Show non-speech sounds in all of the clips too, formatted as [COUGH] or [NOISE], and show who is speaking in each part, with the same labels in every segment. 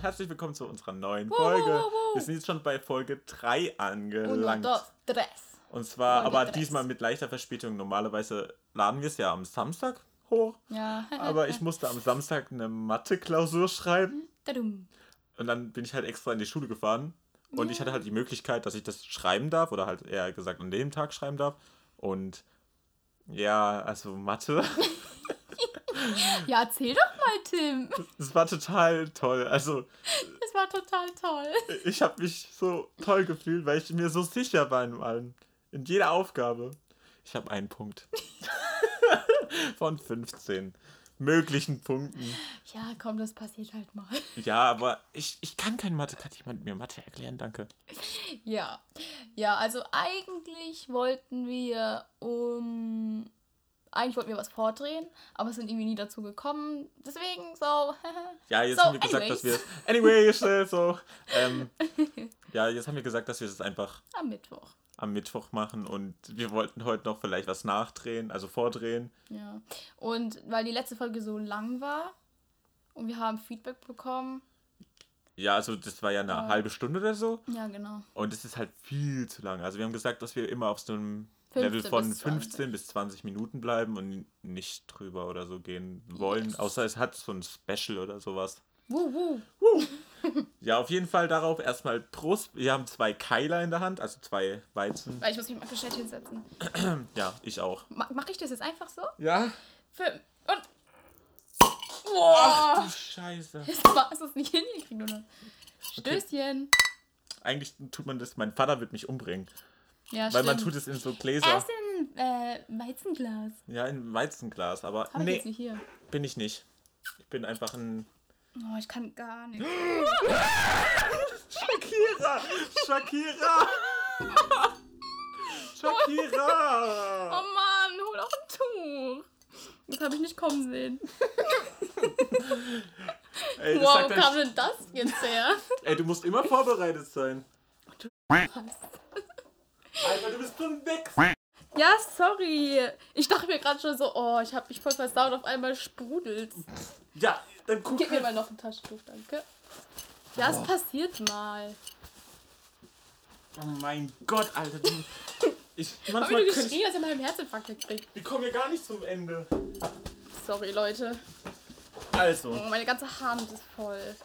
Speaker 1: herzlich willkommen zu unserer neuen Folge. Wir sind jetzt schon bei Folge 3 angelangt.
Speaker 2: Uno, dos, tres.
Speaker 1: Und zwar,
Speaker 2: Oh, Folge
Speaker 1: aber
Speaker 2: drei.
Speaker 1: diesmal mit leichter Verspätung. Normalerweise laden wir es ja am Samstag hoch.
Speaker 2: Ja.
Speaker 1: Aber ich musste am Samstag eine Mathe-Klausur schreiben.
Speaker 2: Mhm. Tadum.
Speaker 1: Und dann bin ich halt extra in die Schule gefahren. Und ich hatte halt die Möglichkeit, dass ich das schreiben darf. Oder halt eher gesagt, an dem Tag schreiben darf. Und ja, also Mathe. [LAUGHS]
Speaker 2: Ja, erzähl doch mal, Tim.
Speaker 1: Es war total toll. Also
Speaker 2: Das war total toll.
Speaker 1: ich habe mich so toll gefühlt, weil ich mir so sicher war in allem. In jeder Aufgabe. Ich habe einen Punkt. Von 15 möglichen Punkten.
Speaker 2: Ja, komm, das passiert halt mal.
Speaker 1: Ja, aber ich, ich kann kein Mathe. Kann jemand mir Mathe erklären? Danke.
Speaker 2: Ja. Ja, also eigentlich wollten wir um. Eigentlich wollten wir was vordrehen, aber sind irgendwie nie dazu gekommen. Deswegen so. [LAUGHS]
Speaker 1: Ja, jetzt
Speaker 2: So,
Speaker 1: haben wir gesagt,
Speaker 2: anyways.
Speaker 1: dass wir es. [LAUGHS] Anyway, schnell so.
Speaker 2: [LAUGHS]
Speaker 1: Ähm, ja, jetzt haben wir gesagt, dass wir es einfach
Speaker 2: Am Mittwoch.
Speaker 1: am Mittwoch machen und wir wollten heute noch vielleicht was nachdrehen, also vordrehen.
Speaker 2: Ja. Und weil die letzte Folge so lang war und wir haben Feedback bekommen.
Speaker 1: Ja, also das war ja eine halbe Stunde oder so.
Speaker 2: Ja, genau.
Speaker 1: Und es ist halt viel zu lang. Also wir haben gesagt, dass wir immer auf so einem
Speaker 2: 15
Speaker 1: Level von
Speaker 2: bis
Speaker 1: 15 bis 20 Minuten bleiben und nicht drüber oder so gehen wollen. Außer es hat so ein Special oder sowas.
Speaker 2: Wuh, wuh.
Speaker 1: Ja, auf jeden Fall darauf erstmal Prost. Wir haben zwei Keiler in der Hand, also zwei Weizen.
Speaker 2: Weil ich muss mich mal gescheit hinsetzen.
Speaker 1: Ja, ich auch.
Speaker 2: Ma- Mach ich das jetzt einfach so?
Speaker 1: Ja?
Speaker 2: Fünf. Und. Boah!
Speaker 1: Du Scheiße.
Speaker 2: Ist aber ist das nicht hingekriegt, oder? Stößchen.
Speaker 1: Eigentlich tut man das, mein Vater wird mich umbringen.
Speaker 2: Ja,
Speaker 1: Weil
Speaker 2: stimmt.
Speaker 1: man tut es in so Gläser.
Speaker 2: Erst in äh, Weizenglas.
Speaker 1: Ja, in Weizenglas, aber
Speaker 2: Hab ich jetzt
Speaker 1: nee,
Speaker 2: nicht hier.
Speaker 1: bin ich nicht. Ich bin einfach ein.
Speaker 2: Oh, ich kann gar Oh, nichts.
Speaker 1: Shakira! Shakira!
Speaker 2: Oh
Speaker 1: Shakira!
Speaker 2: Mann, hol doch ein Tuch. Das habe ich nicht kommen sehen.
Speaker 1: Ey, das
Speaker 2: wow, wo
Speaker 1: sagt er-
Speaker 2: kam denn das jetzt her? [LAUGHS]
Speaker 1: ey, du musst immer vorbereitet sein.
Speaker 2: Was?
Speaker 1: Alter, du bist so ein Wichs.
Speaker 2: Ja, sorry. Ich dachte mir gerade schon so, oh, ich habe mich voll versaut. Auf einmal sprudelt.
Speaker 1: Ja, dann guck
Speaker 2: Gib mir
Speaker 1: halt.
Speaker 2: mal noch ein Taschentuch, danke. Ja, es passiert mal.
Speaker 1: Oh mein Gott, Alter. Du, ich,
Speaker 2: Hab ich
Speaker 1: manchmal
Speaker 2: nur
Speaker 1: könnte ich,
Speaker 2: geschrien, dass ich mal einen Herzinfarkt gekriegt.
Speaker 1: wir kommen ja gar nicht zum Ende.
Speaker 2: Sorry, Leute.
Speaker 1: Also.
Speaker 2: Oh, meine ganze Hand ist voll.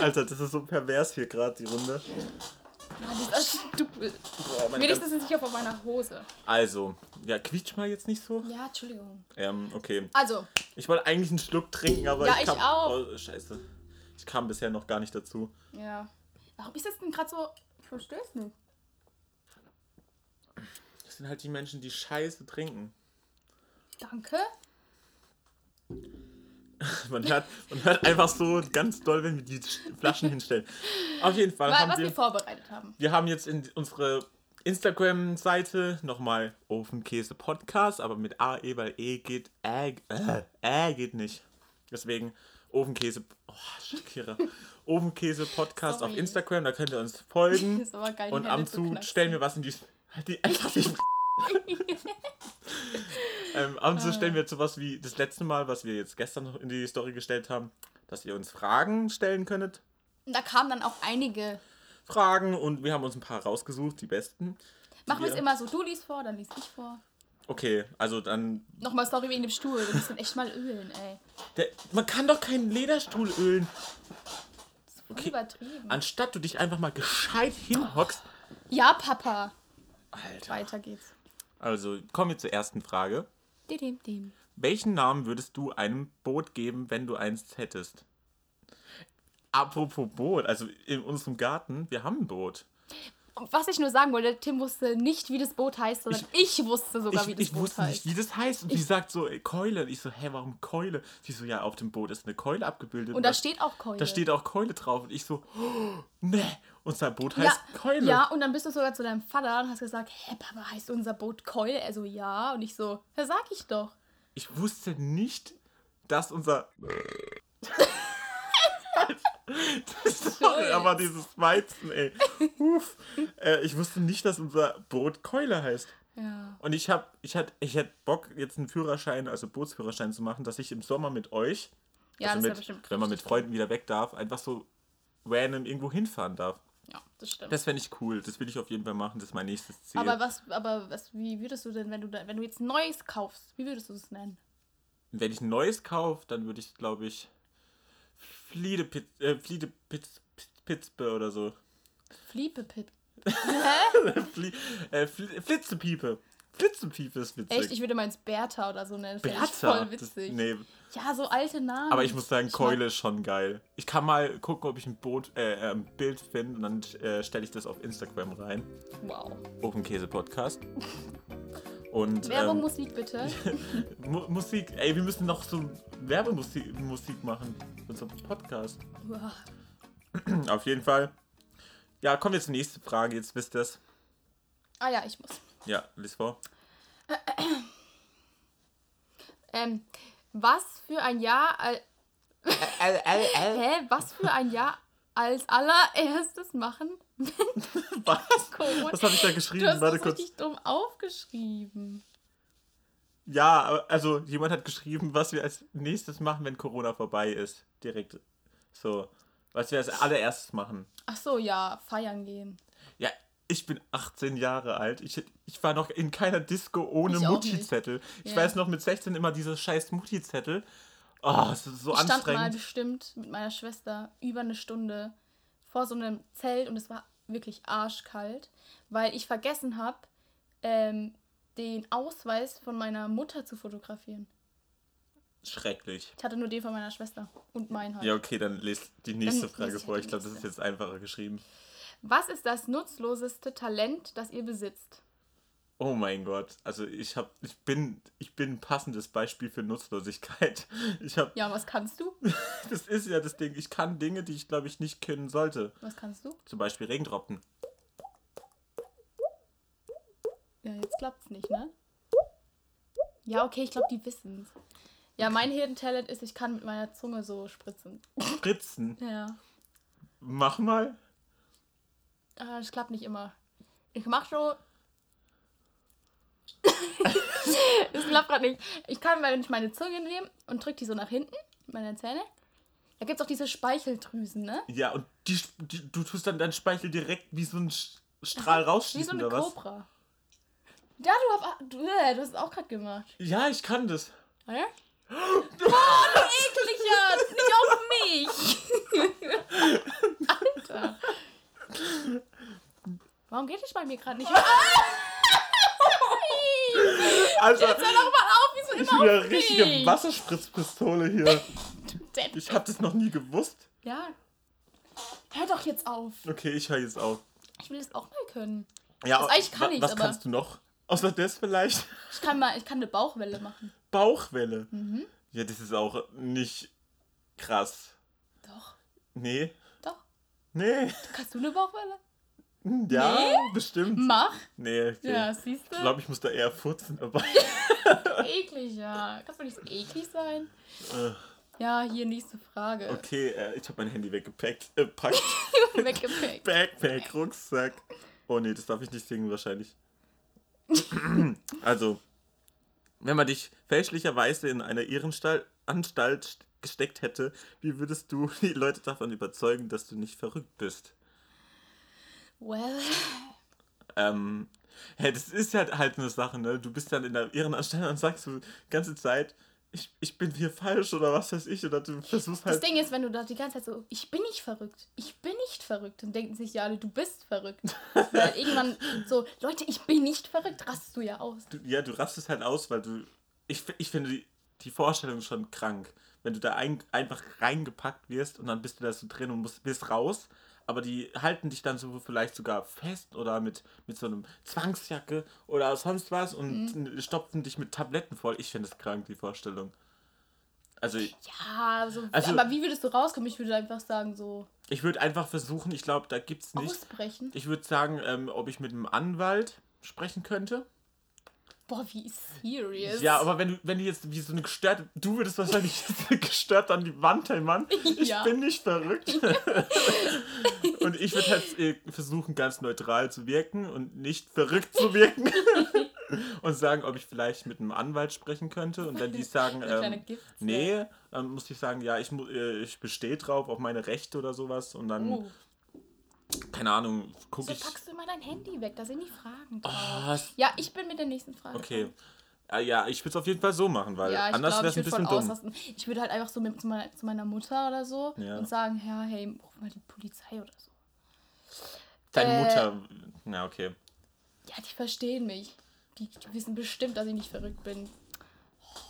Speaker 1: Alter, das ist so pervers hier gerade, die Runde.
Speaker 2: Ja, die ist alles dunkel.
Speaker 1: Boah, meine
Speaker 2: Wenigstens ist es nicht auf meiner Hose.
Speaker 1: Also, ja, quietsch mal jetzt nicht so.
Speaker 2: Ja, Entschuldigung.
Speaker 1: Ähm, okay.
Speaker 2: Also,
Speaker 1: Ich wollte eigentlich einen Schluck trinken, aber
Speaker 2: Ja,
Speaker 1: ich
Speaker 2: ich
Speaker 1: kam.
Speaker 2: auch.
Speaker 1: Oh, scheiße. Ich kam bisher noch gar nicht dazu.
Speaker 2: ja. Warum ist das denn gerade so. Ich verstehe es nicht.
Speaker 1: Das sind halt die Menschen, die Scheiße trinken.
Speaker 2: Danke.
Speaker 1: [LAUGHS] Man hört, man hört einfach so ganz doll, wenn wir die Sch- Flaschen hinstellen. Auf jeden Fall
Speaker 2: Weil,
Speaker 1: haben
Speaker 2: was wir
Speaker 1: wir.
Speaker 2: vorbereitet haben.
Speaker 1: Wir haben jetzt in unsere Instagram-Seite nochmal Ofenkäse Podcast, aber mit AE, weil E geht. Ä, äh, äh geht nicht. Deswegen Ofenkäse. Oh,
Speaker 2: [LAUGHS]
Speaker 1: Shakira. Ofenkäse Podcast auf
Speaker 2: Sorry.
Speaker 1: Instagram, da könnt ihr uns folgen.
Speaker 2: Das [LAUGHS] ist aber geil. die
Speaker 1: Und
Speaker 2: Hände
Speaker 1: am
Speaker 2: zu
Speaker 1: Zug
Speaker 2: knallen.
Speaker 1: stellen wir was in die. [LAUGHS] die einfach
Speaker 2: [LAUGHS]
Speaker 1: die ähm, am Zug
Speaker 2: Ah.
Speaker 1: stellen wir jetzt sowas wie das letzte Mal, was wir jetzt gestern noch in die Story gestellt haben, dass ihr uns Fragen stellen könntet.
Speaker 2: Und da kamen dann auch einige.
Speaker 1: Fragen und wir haben uns ein paar rausgesucht, die besten.
Speaker 2: Machen wir es
Speaker 1: Ja.
Speaker 2: immer so, du liest vor, dann liest ich vor.
Speaker 1: Okay, also dann.
Speaker 2: Nochmal sorry wegen dem Stuhl. Wir müssen echt mal ölen, ey.
Speaker 1: Der, man kann doch keinen Lederstuhl ölen.
Speaker 2: Voll
Speaker 1: Okay.
Speaker 2: Übertrieben.
Speaker 1: Anstatt du dich einfach mal gescheit hinhockst.
Speaker 2: Ja, Papa.
Speaker 1: Alter.
Speaker 2: Weiter geht's.
Speaker 1: Also, kommen wir zur ersten Frage.
Speaker 2: Dem, dem.
Speaker 1: Welchen Namen würdest du einem Boot geben, wenn du eins hättest? Apropos Boot, also in unserem Garten, wir haben ein Boot.
Speaker 2: Was ich nur sagen wollte, Tim wusste nicht, wie das Boot heißt, sondern ich, wusste sogar,
Speaker 1: Ich,
Speaker 2: wie das
Speaker 1: ich
Speaker 2: Boot
Speaker 1: wusste nicht,
Speaker 2: heißt.
Speaker 1: wie das heißt. Und sie sagt so, ey, Keule. Und ich so, hä, warum Keule? Sie so, ja, auf dem Boot ist eine Keule abgebildet.
Speaker 2: Und da
Speaker 1: was-
Speaker 2: steht auch Keule.
Speaker 1: da steht auch Keule drauf. Und ich so, oh, ne, unser Boot heißt
Speaker 2: ja,
Speaker 1: Keule.
Speaker 2: Ja, und dann bist du sogar zu deinem Vater und hast gesagt, hä, Papa, heißt unser Boot Keule? Er so, ja. Und ich so, ja, sag ich doch.
Speaker 1: Ich wusste nicht, dass unser. Sorry, aber dieses Weizen, ey. Uff. Äh, ich wusste nicht, dass unser Boot Keule heißt.
Speaker 2: Ja.
Speaker 1: Und ich hab, ich hatte, ich hätte Bock, jetzt einen Führerschein, also Bootsführerschein zu machen, dass ich im Sommer mit euch
Speaker 2: Ja, das
Speaker 1: also
Speaker 2: wäre
Speaker 1: mit,
Speaker 2: bestimmt.
Speaker 1: wenn man mit
Speaker 2: richtig
Speaker 1: Freunden wieder weg darf, einfach so random irgendwo hinfahren darf.
Speaker 2: cool. Ja, das stimmt.
Speaker 1: Das fände ich cool. Das will ich auf jeden Fall machen. Das ist mein nächstes Ziel.
Speaker 2: aber was, aber was, wie würdest du denn, wenn du da, wenn du jetzt Neues kaufst, wie würdest du es nennen?
Speaker 1: wenn ich ein neues kaufe, dann würde ich, glaube ich, Fliede, Pit, äh, Fliede Pit, Pit, Pitzpe oder so.
Speaker 2: Fliepepit.
Speaker 1: Flie, äh, Fli- Flitzepiepe. Flitzepiepe ist witzig.
Speaker 2: Echt, ich würde meins Bertha oder so nennen. Bertha? Echt
Speaker 1: Bertha,
Speaker 2: voll
Speaker 1: das-
Speaker 2: witzig.
Speaker 1: nee,
Speaker 2: Ja, so alte Namen.
Speaker 1: aber ich muss sagen,
Speaker 2: Ich mag-
Speaker 1: Keule ist schon geil. Ich kann mal gucken, ob ich ein Boot, äh, äh, ein Bild finde und dann äh, stelle ich das auf Instagram rein.
Speaker 2: Wow.
Speaker 1: Open Käse Podcast. Und
Speaker 2: Werbung,
Speaker 1: ähm,
Speaker 2: Musik bitte.
Speaker 1: [LAUGHS] Mu Musik, ey, wir müssen noch so Werbemusik Musik machen. für Unseren Podcast.
Speaker 2: Uah.
Speaker 1: Auf jeden Fall. Ja, kommen wir zur nächsten Frage. Jetzt wisst ihr es.
Speaker 2: ah ja, ich muss.
Speaker 1: Ja, lies vor.
Speaker 2: Ähm, was für ein Jahr äh, al Hä? Was für ein Jahr als allererstes machen?
Speaker 1: [LAUGHS] Was?
Speaker 2: Corona.
Speaker 1: Was habe ich da
Speaker 2: Du
Speaker 1: geschrieben?
Speaker 2: hast
Speaker 1: Warte
Speaker 2: das
Speaker 1: kurz.
Speaker 2: richtig dumm aufgeschrieben.
Speaker 1: Ja, aber- also jemand hat geschrieben, was wir als nächstes machen, wenn Corona vorbei ist. Direkt so. Was wir als allererstes machen.
Speaker 2: Ach so, ja, feiern gehen.
Speaker 1: Ja, ich bin 18 Jahre alt. Ich, ich war noch in keiner Disco ohne
Speaker 2: Ich auch nicht.
Speaker 1: Mutti-Zettel. Ich
Speaker 2: Ja.
Speaker 1: weiß noch mit 16 immer diese scheiß Mutti-Zettel. Oh, es ist so
Speaker 2: Ich stand mal
Speaker 1: anstrengend.
Speaker 2: bestimmt mit meiner Schwester über eine Stunde vor so einem Zelt und es war wirklich arschkalt, weil ich vergessen habe, ähm, den Ausweis von meiner Mutter zu fotografieren.
Speaker 1: Schrecklich.
Speaker 2: Ich hatte nur den von meiner Schwester und meinen halt.
Speaker 1: Ja, okay, dann lest die nächste
Speaker 2: Dann
Speaker 1: Frage
Speaker 2: lese ich
Speaker 1: vor.
Speaker 2: halt
Speaker 1: Ich
Speaker 2: die
Speaker 1: glaube, das ist
Speaker 2: nächste.
Speaker 1: jetzt einfacher geschrieben.
Speaker 2: Was ist das nutzloseste Talent, das ihr besitzt?
Speaker 1: Oh mein Gott. Also ich hab, ich bin, ich bin ein passendes Beispiel für Nutzlosigkeit. [LAUGHS] Ich habe,
Speaker 2: Ja, was kannst du?
Speaker 1: das ist ja das Ding. Ich kann Dinge, die ich glaube ich nicht können sollte.
Speaker 2: Was kannst du?
Speaker 1: Zum Beispiel Regentropfen.
Speaker 2: Ja, jetzt klappt's nicht, ne? Ja, okay, ich glaube, die wissen's. Ja, mein Hidden Talent ist, ich kann mit meiner Zunge so spritzen.
Speaker 1: Spritzen.
Speaker 2: Ja.
Speaker 1: Mach mal.
Speaker 2: Ah, das klappt nicht immer. Ich mach so. das klappt gerade nicht. Ich kann, wenn ich meine Zunge nehme und drück die so nach hinten, mit meiner Zähne. Da gibt's auch diese Speicheldrüsen, ne?
Speaker 1: Ja, und die, die, du tust dann deinen Speichel direkt wie so ein Sch- Strahl
Speaker 2: Wie so
Speaker 1: rausschießen
Speaker 2: eine
Speaker 1: oder was?
Speaker 2: Cobra. Ja, du, hab, du, äh, du hast es auch gerade gemacht.
Speaker 1: Ja, ich kann das.
Speaker 2: Hä?
Speaker 1: [GASPS]
Speaker 2: Boah, du ekliger! Nicht auf mich! Alter. Warum geht es bei mir gerade nicht? Ah!
Speaker 1: Also,
Speaker 2: Hör doch mal auf, wieso
Speaker 1: ich
Speaker 2: immer
Speaker 1: bin eine
Speaker 2: auf
Speaker 1: richtige
Speaker 2: mich?
Speaker 1: Wasserspritzpistole hier.
Speaker 2: Depp.
Speaker 1: Ich habe das noch nie gewusst.
Speaker 2: Ja. Hör doch jetzt auf.
Speaker 1: Okay, ich höre jetzt auf.
Speaker 2: Ich will das auch mal können.
Speaker 1: Ja,
Speaker 2: Das eigentlich kann
Speaker 1: wa-
Speaker 2: ich,
Speaker 1: was
Speaker 2: aber-
Speaker 1: kannst du noch? Außer das vielleicht?
Speaker 2: Ich kann mal, ich kann eine Bauchwelle machen.
Speaker 1: Bauchwelle. Ja, das ist auch nicht krass.
Speaker 2: Doch,
Speaker 1: Nee.
Speaker 2: doch.
Speaker 1: Nee.
Speaker 2: Kannst du eine Bauchwelle?
Speaker 1: Ja, bestimmt.
Speaker 2: Mach.
Speaker 1: Nee, okay.
Speaker 2: Ja, siehst
Speaker 1: Ich
Speaker 2: du?
Speaker 1: glaube, ich muss da eher furzen dabei.
Speaker 2: Eklig, ja. Kannst du nicht so eklig sein?
Speaker 1: Äh.
Speaker 2: Ja, hier nächste Frage.
Speaker 1: Okay, äh, ich habe mein Handy weggepackt. Äh, packt.
Speaker 2: [LAUGHS] Weggepackt.
Speaker 1: Backpack, Rucksack. Oh nee, das darf ich nicht singen wahrscheinlich. also, wenn man dich fälschlicherweise in einer Irrenstall Anstalt gesteckt hätte, wie würdest du die Leute davon überzeugen, dass du nicht verrückt bist?
Speaker 2: Well,
Speaker 1: Ähm, [LAUGHS] hä, das ist halt halt eine Sache, ne? Du bist dann in der Irrenanstalt und sagst du die ganze Zeit, ich, ich bin hier falsch oder was weiß ich, oder du versuchst
Speaker 2: das
Speaker 1: halt.
Speaker 2: Ding ist, wenn du da die ganze Zeit so, ich bin nicht verrückt, ich bin nicht verrückt, dann denken sich ja alle, du bist
Speaker 1: [LAUGHS]
Speaker 2: verrückt. Weil irgendwann so, Leute, ich bin nicht verrückt, rastest du ja aus.
Speaker 1: du, ja, du rastest halt aus, weil du. Ich, fi- ich finde die, die Vorstellung schon krank. Wenn du da ein, einfach reingepackt wirst und dann bist du da so drin und musst, bist raus. Aber die halten dich dann so vielleicht sogar fest oder mit, mit so einem Zwangsjacke oder sonst was und stopfen dich mit Tabletten voll. Ich finde es krank, die Vorstellung. Also ich-
Speaker 2: Ja, so,
Speaker 1: Also-
Speaker 2: aber wie würdest du rauskommen? Ich würde einfach sagen, so
Speaker 1: ich würde einfach versuchen, ich glaube, da gibt's nicht.
Speaker 2: ausbrechen.
Speaker 1: Ich würde sagen, ähm, ob ich mit einem Anwalt sprechen könnte.
Speaker 2: Boah, wie serious.
Speaker 1: Ja, aber wenn du, wenn du jetzt wie so eine gestörte, du würdest wahrscheinlich [LAUGHS] gestört an die Wand hämmern. Ich
Speaker 2: Ja.
Speaker 1: bin nicht verrückt. [LAUGHS] und ich würde halt äh, versuchen, ganz neutral zu wirken [LAUGHS] und nicht verrückt zu wirken. und sagen, ob ich vielleicht mit einem Anwalt sprechen könnte. Und wenn die sagen,
Speaker 2: Eine kleine
Speaker 1: ähm,
Speaker 2: Giftzeile.
Speaker 1: nee, dann muss ich sagen, ja, ich, mu- äh, ich bestehe drauf auf meine Rechte oder sowas. Und dann,
Speaker 2: Oh.
Speaker 1: keine Ahnung, gucke
Speaker 2: So
Speaker 1: ich.
Speaker 2: packst du immer dein Handy weg, da sind die Fragen drauf.
Speaker 1: Ah, es-
Speaker 2: Ja, ich bin mit der nächsten Frage.
Speaker 1: okay.
Speaker 2: dran.
Speaker 1: Ah, ja, ich würde es auf jeden Fall so machen, weil
Speaker 2: Ja, ich
Speaker 1: anders
Speaker 2: glaube,
Speaker 1: wäre
Speaker 2: ich
Speaker 1: es ein
Speaker 2: würde voll
Speaker 1: bisschen dumm.
Speaker 2: ausrasten. Ich würde halt einfach so mit, zu, meiner, zu meiner Mutter oder so
Speaker 1: Ja.
Speaker 2: und sagen, ja, hey, ruf mal die Polizei oder so.
Speaker 1: Deine
Speaker 2: Äh,
Speaker 1: Mutter. Na, okay.
Speaker 2: Ja, die verstehen mich. Die, die wissen bestimmt, dass ich nicht verrückt bin. Oh.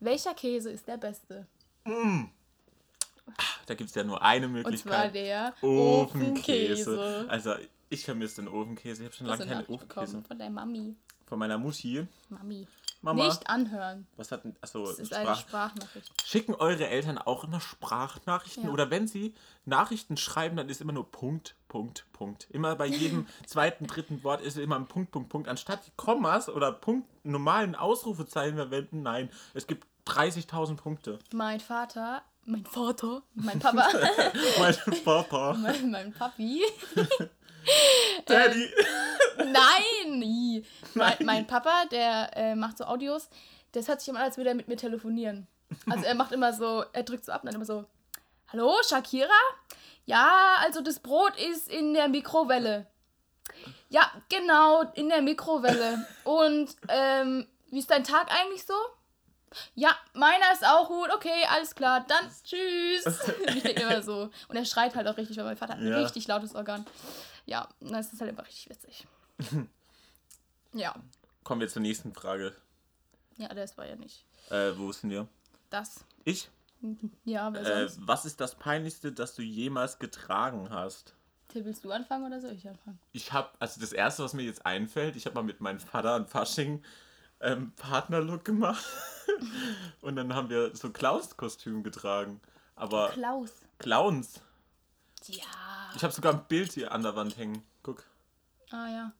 Speaker 2: Welcher Käse ist der beste?
Speaker 1: Da gibt es ja nur eine
Speaker 2: Und zwar
Speaker 1: Möglichkeit.
Speaker 2: der
Speaker 1: Ofenkäse.
Speaker 2: Ofenkäse.
Speaker 1: Also, ich vermisse den Ofenkäse. Ich habe schon
Speaker 2: Hast du
Speaker 1: lange
Speaker 2: eine
Speaker 1: keinen
Speaker 2: Nachricht
Speaker 1: Ofenkäse.
Speaker 2: bekommen von der Mami.
Speaker 1: Von meiner Mutti.
Speaker 2: Mami.
Speaker 1: Mama.
Speaker 2: Nicht anhören.
Speaker 1: Was hat denn. Achso,
Speaker 2: Das ist eine
Speaker 1: Sprach.
Speaker 2: Sprachnachricht.
Speaker 1: Schicken eure Eltern auch immer Sprachnachrichten?
Speaker 2: Ja.
Speaker 1: Oder wenn sie Nachrichten schreiben, dann ist immer nur Punkt, Punkt, Punkt. Immer bei
Speaker 2: [LAUGHS]
Speaker 1: jedem zweiten, dritten Wort ist immer ein Punkt, Punkt, Punkt. Anstatt die Kommas oder Punkt, normalen Ausrufezeichen verwenden, nein, es gibt 30.000
Speaker 2: [LAUGHS]
Speaker 1: Punkte.
Speaker 2: Mein Vater, mein Vater, mein Papa, [LAUGHS]
Speaker 1: Mein Papa.
Speaker 2: mein, mein Papi.
Speaker 1: Daddy.
Speaker 2: Nein!
Speaker 1: Nein.
Speaker 2: I. Mein, mein Papa, der äh, macht so Audios, das hört sich immer an, als würde er mit mir telefonieren. Also er macht immer so, er drückt so ab und dann immer so, Hallo, Shakira? Ja, also das Brot ist in der Mikrowelle. Ja, genau, in der Mikrowelle. Und ähm, wie ist dein Tag eigentlich so? Ja, meiner ist auch gut. Okay, alles klar. Dann tschüss. [LAUGHS] Ich denke immer so. Und er schreit halt auch richtig, weil mein Vater hat ein
Speaker 1: Ja.
Speaker 2: richtig lautes Organ. Ja, das ist halt immer richtig witzig. ja,
Speaker 1: Kommen wir zur nächsten Frage.
Speaker 2: ja, das war ja nicht.
Speaker 1: Äh, wo sind wir?
Speaker 2: Das.
Speaker 1: Ich?
Speaker 2: Ja, wer
Speaker 1: Äh,
Speaker 2: sonst?
Speaker 1: was ist das Peinlichste, das du jemals getragen hast?
Speaker 2: Till, willst du anfangen oder soll ich anfangen?
Speaker 1: Ich habe, also das Erste, was mir jetzt einfällt, ich habe mal mit meinem Vater an Fasching ähm, Partnerlook gemacht. [LAUGHS] Und dann haben wir so Clowns-Kostüm getragen. Aber
Speaker 2: Klaus.
Speaker 1: Clowns.
Speaker 2: Ja.
Speaker 1: Ich habe sogar ein Bild hier an der Wand hängen. Guck.
Speaker 2: Ah ja.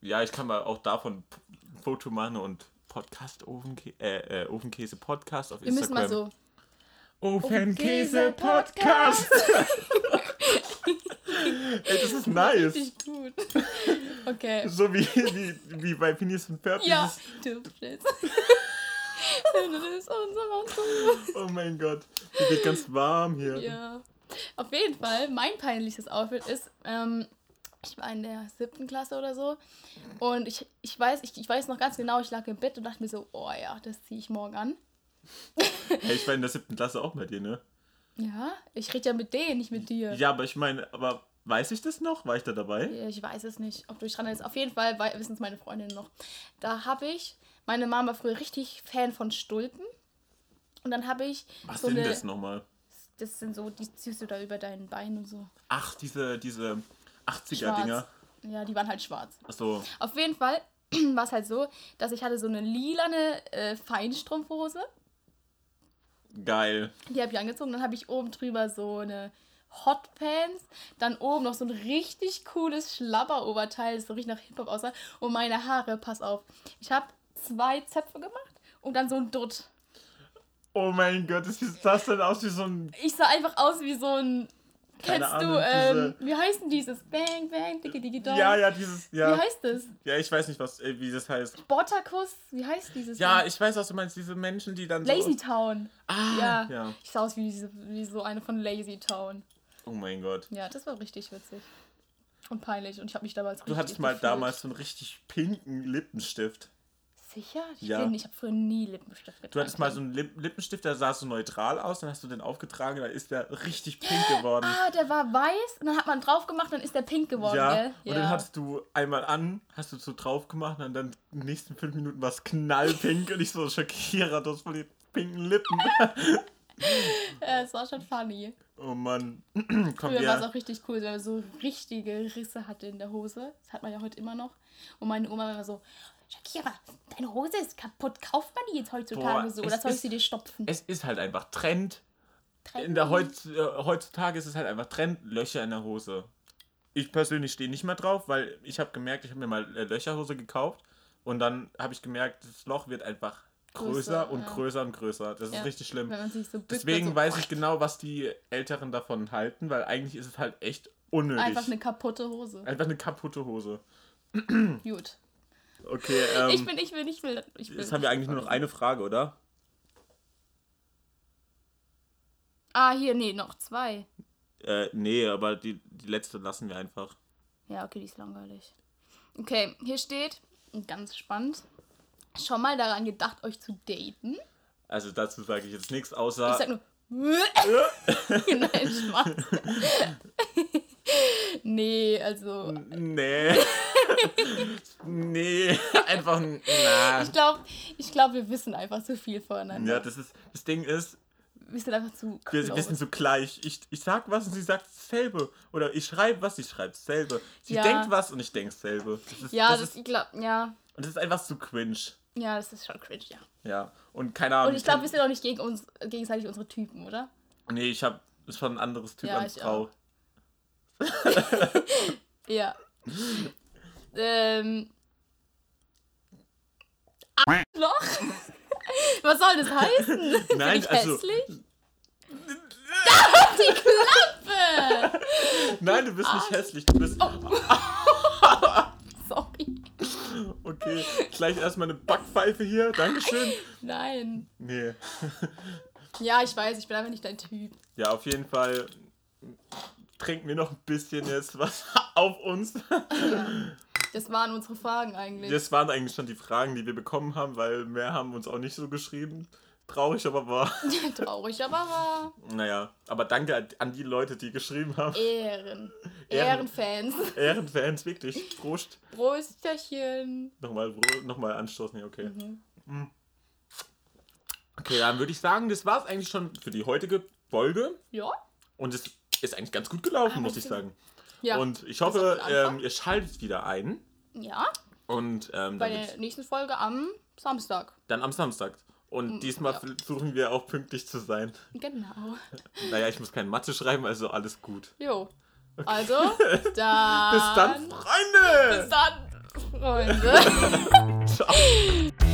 Speaker 1: Ja, ich kann mal auch davon ein Foto machen und Podcast Ofenkä äh, äh, Ofenkäse Podcast auf
Speaker 2: Wir müssen
Speaker 1: Instagram.
Speaker 2: mal so.
Speaker 1: Ofenkäse Podcast. [LAUGHS] Ey, das ist nice.
Speaker 2: Richtig gut. [LAUGHS] Okay.
Speaker 1: So wie, wie, wie bei Phineas und Ferb.
Speaker 2: Ja.
Speaker 1: dieses-
Speaker 2: Du [LAUGHS] bist. Du bist unser Monster.
Speaker 1: Oh mein Gott. Mir wird ganz warm hier.
Speaker 2: Ja. Auf jeden Fall, mein peinliches Outfit ist, ähm, ich war in der siebten Klasse oder so. Und ich, ich weiß, ich, ich weiß noch ganz genau, ich lag im Bett und dachte mir so, oh ja, das ziehe ich morgen an.
Speaker 1: Hey, ich war in der siebten Klasse auch bei dir, ne?
Speaker 2: Ja, ich rede ja mit denen, nicht mit dir.
Speaker 1: Ja, aber ich meine, aber weiß ich das noch? War ich da dabei?
Speaker 2: Äh, Ich weiß es nicht, ob du dich dran erinnerst. Auf jeden Fall wei- wissen es meine Freundinnen noch. Da habe ich, meine Mama war früher richtig Fan von Stulpen. Und dann habe ich
Speaker 1: Was
Speaker 2: so
Speaker 1: sind
Speaker 2: eine.
Speaker 1: das nochmal?
Speaker 2: Das sind so, die ziehst du da über deinen Beinen und so.
Speaker 1: Ach, diese, diese
Speaker 2: Schwarz.
Speaker 1: 80er-Dinger.
Speaker 2: Ja, die waren halt schwarz.
Speaker 1: Achso,
Speaker 2: Auf jeden Fall [CLEARS THROAT] war es halt so, dass ich hatte so eine lilane äh, Feinstrumpfhose.
Speaker 1: geil.
Speaker 2: Die habe ich angezogen. Dann habe ich oben drüber so eine Hotpants. Dann oben noch so ein richtig cooles Schlabberoberteil, das so richtig nach Hip-Hop aussah. Und meine Haare, pass auf. Ich habe zwei Zöpfe gemacht und dann so ein Dutt.
Speaker 1: Oh mein Gott, das sieht das denn aus wie so ein.
Speaker 2: Ich sah einfach aus wie so ein...
Speaker 1: Keine
Speaker 2: kennst du,
Speaker 1: Ahnung,
Speaker 2: ähm, wie heißt denn dieses? Bang, bang, dicke, dicke, dong.
Speaker 1: Ja, ja, dieses.
Speaker 2: Wie
Speaker 1: Ja,
Speaker 2: heißt das?
Speaker 1: ja ich weiß nicht, was, äh, wie das heißt.
Speaker 2: Bortakus? Wie heißt dieses?
Speaker 1: Ja,
Speaker 2: Ding?
Speaker 1: ich weiß, was du meinst. Diese Menschen, die dann.
Speaker 2: Lazy
Speaker 1: so,
Speaker 2: Town.
Speaker 1: ah,
Speaker 2: Ja.
Speaker 1: ja. ja.
Speaker 2: Ich sah aus wie, diese, wie so eine von Lazy Town.
Speaker 1: Oh mein Gott.
Speaker 2: Ja, das war richtig witzig. Und peinlich. Und ich habe mich damals
Speaker 1: Du hattest mal damals so einen richtig pinken Lippenstift.
Speaker 2: Sicher? Ich
Speaker 1: Ja.
Speaker 2: bin, ich habe früher nie Lippenstift getragen.
Speaker 1: Du hattest mal so einen Lip Lippenstift, der sah so neutral aus, dann hast du den aufgetragen, dann ist der richtig pink geworden.
Speaker 2: Ah, der war weiß und dann hat man drauf gemacht, dann ist der pink geworden,
Speaker 1: ja,
Speaker 2: gell?
Speaker 1: und dann hattest du einmal an, hast du so drauf gemacht und dann in den nächsten fünf Minuten war es knallpink und ich so Shakira, du hast voll die pinken Lippen.
Speaker 2: ja, es war schon funny.
Speaker 1: Oh Mann. [CLEARS THROAT] Komm,
Speaker 2: Früher war es
Speaker 1: wir,
Speaker 2: auch richtig cool, weil man so richtige Risse hatte in der Hose. Das hat man ja heute immer noch. Und meine Oma war immer so, Shakira, deine Hose ist kaputt. Kauft man die jetzt heutzutage
Speaker 1: Boah,
Speaker 2: so?
Speaker 1: es
Speaker 2: Oder soll ich
Speaker 1: ist-
Speaker 2: sie dir stopfen?
Speaker 1: es ist halt einfach Trend. In
Speaker 2: Trennen?
Speaker 1: der Heutz, äh, heutzutage ist es halt einfach Trend, Löcher in der Hose. Ich persönlich stehe nicht mehr drauf, weil ich habe gemerkt, ich habe mir mal äh, Löcherhose gekauft und dann habe ich gemerkt, das Loch wird einfach größer,
Speaker 2: Größer,
Speaker 1: und
Speaker 2: ja.
Speaker 1: größer und größer. Das
Speaker 2: Ja,
Speaker 1: ist richtig schlimm.
Speaker 2: Wenn man sich so bückt und
Speaker 1: Deswegen
Speaker 2: so,
Speaker 1: weiß ich genau, was die Älteren davon halten, weil eigentlich ist es halt echt unnötig.
Speaker 2: Einfach eine kaputte Hose.
Speaker 1: Einfach eine kaputte Hose.
Speaker 2: Gut.
Speaker 1: Okay, ähm,
Speaker 2: [LAUGHS] ich bin, ich will, ich will. Ich will
Speaker 1: jetzt haben wir eigentlich nur noch eine Frage, oder?
Speaker 2: Ah, hier, nee, noch zwei.
Speaker 1: Äh, nee, aber die, die letzte lassen wir einfach.
Speaker 2: Ja, okay, die ist langweilig. Okay, hier steht, ganz spannend, schon mal daran gedacht, euch zu daten.
Speaker 1: Also dazu sage ich jetzt nichts,
Speaker 2: Ich
Speaker 1: außer
Speaker 2: sag
Speaker 1: [LAUGHS]
Speaker 2: nur. [LAUGHS] Nein, Spaß. [LAUGHS] nee, also.
Speaker 1: Nee.
Speaker 2: [LAUGHS]
Speaker 1: nee, einfach n- na.
Speaker 2: Ich glaube, ich glaub, wir wissen einfach zu viel voneinander.
Speaker 1: Ja, das ist das Ding ist,
Speaker 2: wir sind einfach zu.
Speaker 1: wir
Speaker 2: close.
Speaker 1: wissen so gleich. Ich, ich sag was und sie sagt dasselbe oder ich schreibe was, sie schreibt dasselbe. Sie
Speaker 2: Ja.
Speaker 1: denkt was und ich denke dasselbe. Das ist,
Speaker 2: ja,
Speaker 1: das
Speaker 2: das,
Speaker 1: ist,
Speaker 2: ich glaub, ja,
Speaker 1: und das ist einfach zu cringe.
Speaker 2: ja, das ist schon cringe, ja.
Speaker 1: Ja, und keine Ahnung.
Speaker 2: Und ich glaube, wir sind auch nicht gegen uns, gegenseitig unsere Typen, oder?
Speaker 1: nee, ich habe schon ein anderes Typ
Speaker 2: Ja,
Speaker 1: an
Speaker 2: ich
Speaker 1: Frau.
Speaker 2: Ja. ähm. Loch? [LAUGHS] Was soll das heißen?
Speaker 1: [LAUGHS]
Speaker 2: Bin
Speaker 1: Nein,
Speaker 2: ich
Speaker 1: also
Speaker 2: hässlich? [LAUGHS]
Speaker 1: nein, du bist
Speaker 2: Ah.
Speaker 1: nicht hässlich, du bist
Speaker 2: Oh. Sorry.
Speaker 1: okay. Gleich erstmal eine Backpfeife hier.
Speaker 2: [LAUGHS]
Speaker 1: Dankeschön.
Speaker 2: Nein.
Speaker 1: Nee.
Speaker 2: Ja, ich weiß, ich bin einfach nicht dein Typ.
Speaker 1: Ja, auf jeden Fall trinken wir noch ein bisschen jetzt was [LAUGHS] auf uns.
Speaker 2: Das waren unsere Fragen eigentlich.
Speaker 1: Das waren eigentlich schon die Fragen, die wir bekommen haben, weil mehr haben uns auch nicht so geschrieben. Traurig, aber wahr. [LAUGHS]
Speaker 2: [LAUGHS] Traurig, aber wahr.
Speaker 1: Naja, aber danke an die Leute, die geschrieben haben.
Speaker 2: Ehren.
Speaker 1: Ehren.
Speaker 2: Ehrenfans.
Speaker 1: Ehrenfans, wirklich. Prost.
Speaker 2: Prösterchen.
Speaker 1: Nochmal, Bro- nochmal anstoßen, ja, okay.
Speaker 2: Mhm.
Speaker 1: Mm. Okay, dann würde ich sagen, das war's eigentlich schon für die heutige Folge.
Speaker 2: Ja.
Speaker 1: Und es ist eigentlich ganz gut gelaufen,
Speaker 2: Ah,
Speaker 1: muss ich
Speaker 2: stimmt.
Speaker 1: sagen.
Speaker 2: Ja.
Speaker 1: Und ich
Speaker 2: Das
Speaker 1: hoffe,
Speaker 2: ist auch ein Anfang.
Speaker 1: ähm, ihr schaltet wieder ein.
Speaker 2: ja.
Speaker 1: Und ähm,
Speaker 2: Bei
Speaker 1: dann, wird's-
Speaker 2: der nächsten Folge am Samstag.
Speaker 1: dann am Samstag. Und diesmal
Speaker 2: Mm, ja.
Speaker 1: versuchen wir auch pünktlich zu sein.
Speaker 2: Genau.
Speaker 1: Naja, ich muss keine Mathe schreiben, also alles gut.
Speaker 2: Jo. Also, dann.
Speaker 1: Bis dann, Freunde!
Speaker 2: Bis dann, Freunde.
Speaker 1: Ciao.